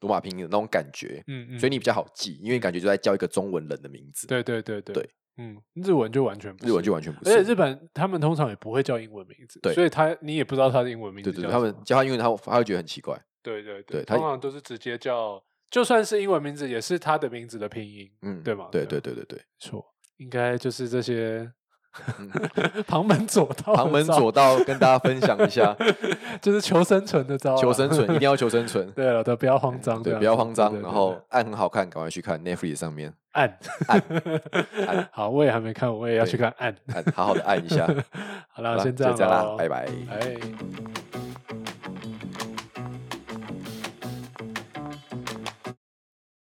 Speaker 2: 罗马拼音的那种感觉，
Speaker 1: 嗯嗯，
Speaker 2: 所以你比较好记，因为感觉就在叫一个中文人的名字。
Speaker 1: 对对对对
Speaker 2: 对
Speaker 1: 嗯，日文就完全不
Speaker 2: 日文
Speaker 1: 是
Speaker 2: 就完全不
Speaker 1: 而且
Speaker 2: 是。
Speaker 1: 日本他们通常也不会叫英文名字，
Speaker 2: 对
Speaker 1: 所以他你也不知道他的英文名字
Speaker 2: 对
Speaker 1: 叫什
Speaker 2: 对
Speaker 1: 么。
Speaker 2: 对，他们叫他英文，他他会觉得很奇怪。
Speaker 1: 对对
Speaker 2: 对他
Speaker 1: 通常都是直接叫，就算是英文名字，也是他的名字的拼音，
Speaker 2: 嗯，
Speaker 1: 对吗？
Speaker 2: 对
Speaker 1: 对啊
Speaker 2: 对
Speaker 1: 吗，
Speaker 2: 对对对，
Speaker 1: 没错，应该就是这
Speaker 2: [laughs]
Speaker 1: 些
Speaker 2: 嗯
Speaker 1: [laughs] 旁门左道，
Speaker 2: 旁门左，道跟大家分享
Speaker 1: [laughs]
Speaker 2: 一下
Speaker 1: 就是求生存的招啦，。
Speaker 2: 求生存，一定要求生存
Speaker 1: [laughs]
Speaker 2: 嗯
Speaker 1: 对了，都不要慌张，这
Speaker 2: 对，
Speaker 1: 样
Speaker 2: 不要
Speaker 1: 子
Speaker 2: 慌张，
Speaker 1: 对对
Speaker 2: 然
Speaker 1: 对
Speaker 2: 后
Speaker 1: 对
Speaker 2: 按很好看，赶快去看 Netflix 上面
Speaker 1: 按
Speaker 2: 按
Speaker 1: [laughs] 好，我也还没看，我也要去
Speaker 2: 对
Speaker 1: 看按。
Speaker 2: 按，好好的按一下。
Speaker 1: [laughs] 好了，先这
Speaker 2: 就
Speaker 1: 样
Speaker 2: 这样啦
Speaker 1: 咯，
Speaker 2: 拜拜。
Speaker 1: 哎。